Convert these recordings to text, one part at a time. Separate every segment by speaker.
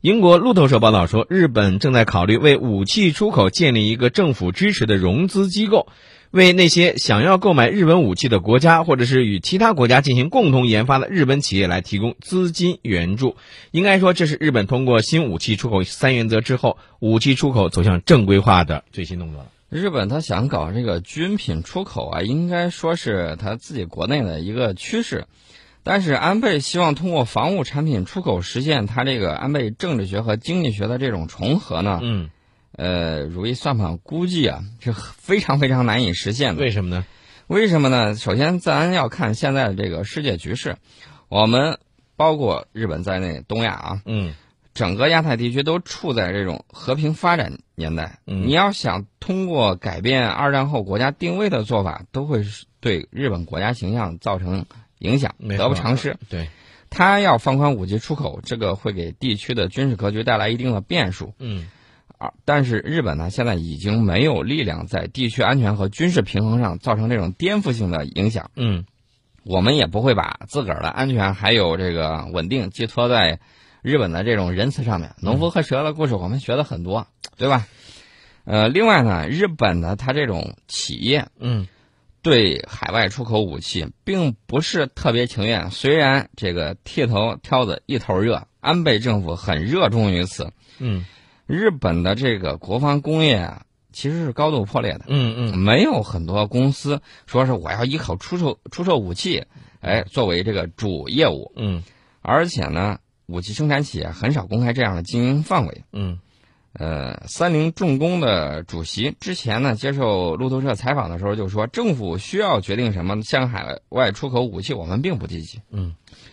Speaker 1: 英国路透社报道说，日本正在考虑为武器出口建立一个政府支持的融资机构，为那些想要购买日本武器的国家，或者是与其他国家进行共同研发的日本企业来提供资金援助。应该说，这是日本通过新武器出口三原则之后，武器出口走向正规化的最新动作了。
Speaker 2: 日本他想搞这个军品出口啊，应该说是他自己国内的一个趋势。但是安倍希望通过防务产品出口实现他这个安倍政治学和经济学的这种重合呢，
Speaker 1: 嗯，
Speaker 2: 呃，如意算盘估计啊是非常非常难以实现的。
Speaker 1: 为什么呢？
Speaker 2: 为什么呢？首先，咱要看现在的这个世界局势，我们包括日本在内，东亚啊，
Speaker 1: 嗯，
Speaker 2: 整个亚太地区都处在这种和平发展年代。
Speaker 1: 嗯
Speaker 2: 你要想通过改变二战后国家定位的做法，都会对日本国家形象造成影响，
Speaker 1: 没
Speaker 2: 得不
Speaker 1: 错
Speaker 2: 偿失。
Speaker 1: 对，
Speaker 2: 他要放宽武器出口，这个会给地区的军事格局带来一定的变数。
Speaker 1: 嗯，
Speaker 2: 啊，但是日本呢，现在已经没有力量在地区安全和军事平衡上造成这种颠覆性的影响。
Speaker 1: 嗯，
Speaker 2: 我们也不会把自个儿的安全还有这个稳定寄托在日本的这种仁慈上面。农夫和蛇的故事我们学了很多，对吧？呃，另外呢，日本的它这种企业
Speaker 1: 嗯，
Speaker 2: 对海外出口武器并不是特别情愿，虽然这个剃头挑子一头热，安倍政府很热衷于此。
Speaker 1: 嗯，
Speaker 2: 日本的这个国防工业啊，其实是高度破裂的。
Speaker 1: 嗯，嗯，
Speaker 2: 没有很多公司说是我要依靠出售出售武器，哎，作为这个主业务，
Speaker 1: 嗯，
Speaker 2: 而且呢，武器生产企业很少公开这样的经营范围。
Speaker 1: 嗯，
Speaker 2: 呃，三菱重工的主席之前呢接受路透社采访的时候就说，政府需要决定什么向海外出口武器，我们并不积极。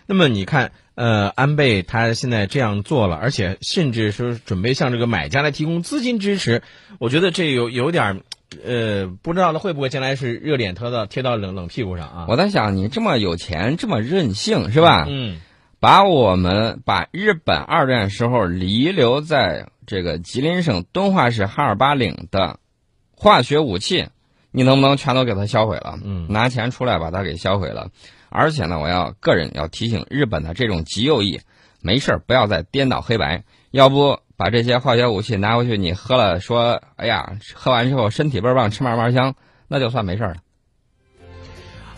Speaker 1: 那么你看，呃，安倍他现在这样做了，而且甚至说是准备向这个买家来提供资金支持，我觉得这有有点儿，呃，不知道他会不会将来是热脸贴到贴到冷冷屁股上啊？
Speaker 2: 我在想，你这么有钱，这么任性是吧？
Speaker 1: 嗯
Speaker 2: 把我们把日本二战时候遗留在这个吉林省敦化市哈尔巴岭的化学武器，你能不能全都给它销毁了？
Speaker 1: 嗯
Speaker 2: 拿钱出来把它给销毁了。而且呢，我要个人要提醒日本的这种极右翼，没事儿不要再颠倒黑白，要不把这些化学武器拿回去，你喝了说，哎呀，喝完之后身体倍儿棒，吃嘛嘛香，那就算没事儿了。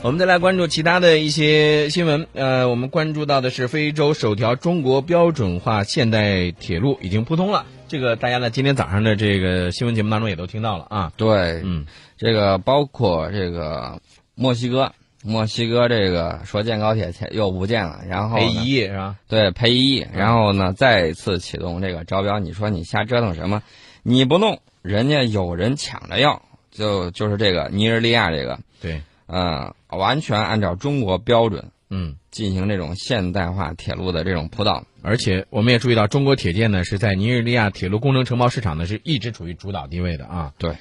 Speaker 1: 我们再来关注其他的一些新闻。呃，我们关注到的是非洲首条中国标准化现代铁路已经铺通了，这个大家呢今天早上的这个新闻节目当中也都听到了啊。
Speaker 2: 对，
Speaker 1: 嗯
Speaker 2: 这个包括这个墨西哥，墨西哥这个说建高铁前又不建了，然后
Speaker 1: ，A
Speaker 2: 呢
Speaker 1: 一是吧？
Speaker 2: 对赔一亿，然后呢再次启动这个招标，你说你瞎折腾什么？你不弄，人家有人抢着要，就就是这个尼日利亚这个，
Speaker 1: 对，
Speaker 2: 呃，完全按照中国标准
Speaker 1: 嗯。
Speaker 2: 进行这种现代化铁路的这种铺道。
Speaker 1: 而且我们也注意到，中国铁建呢是在尼日利亚铁路工程承包市场呢是一直处于主导地位的啊。
Speaker 2: 对，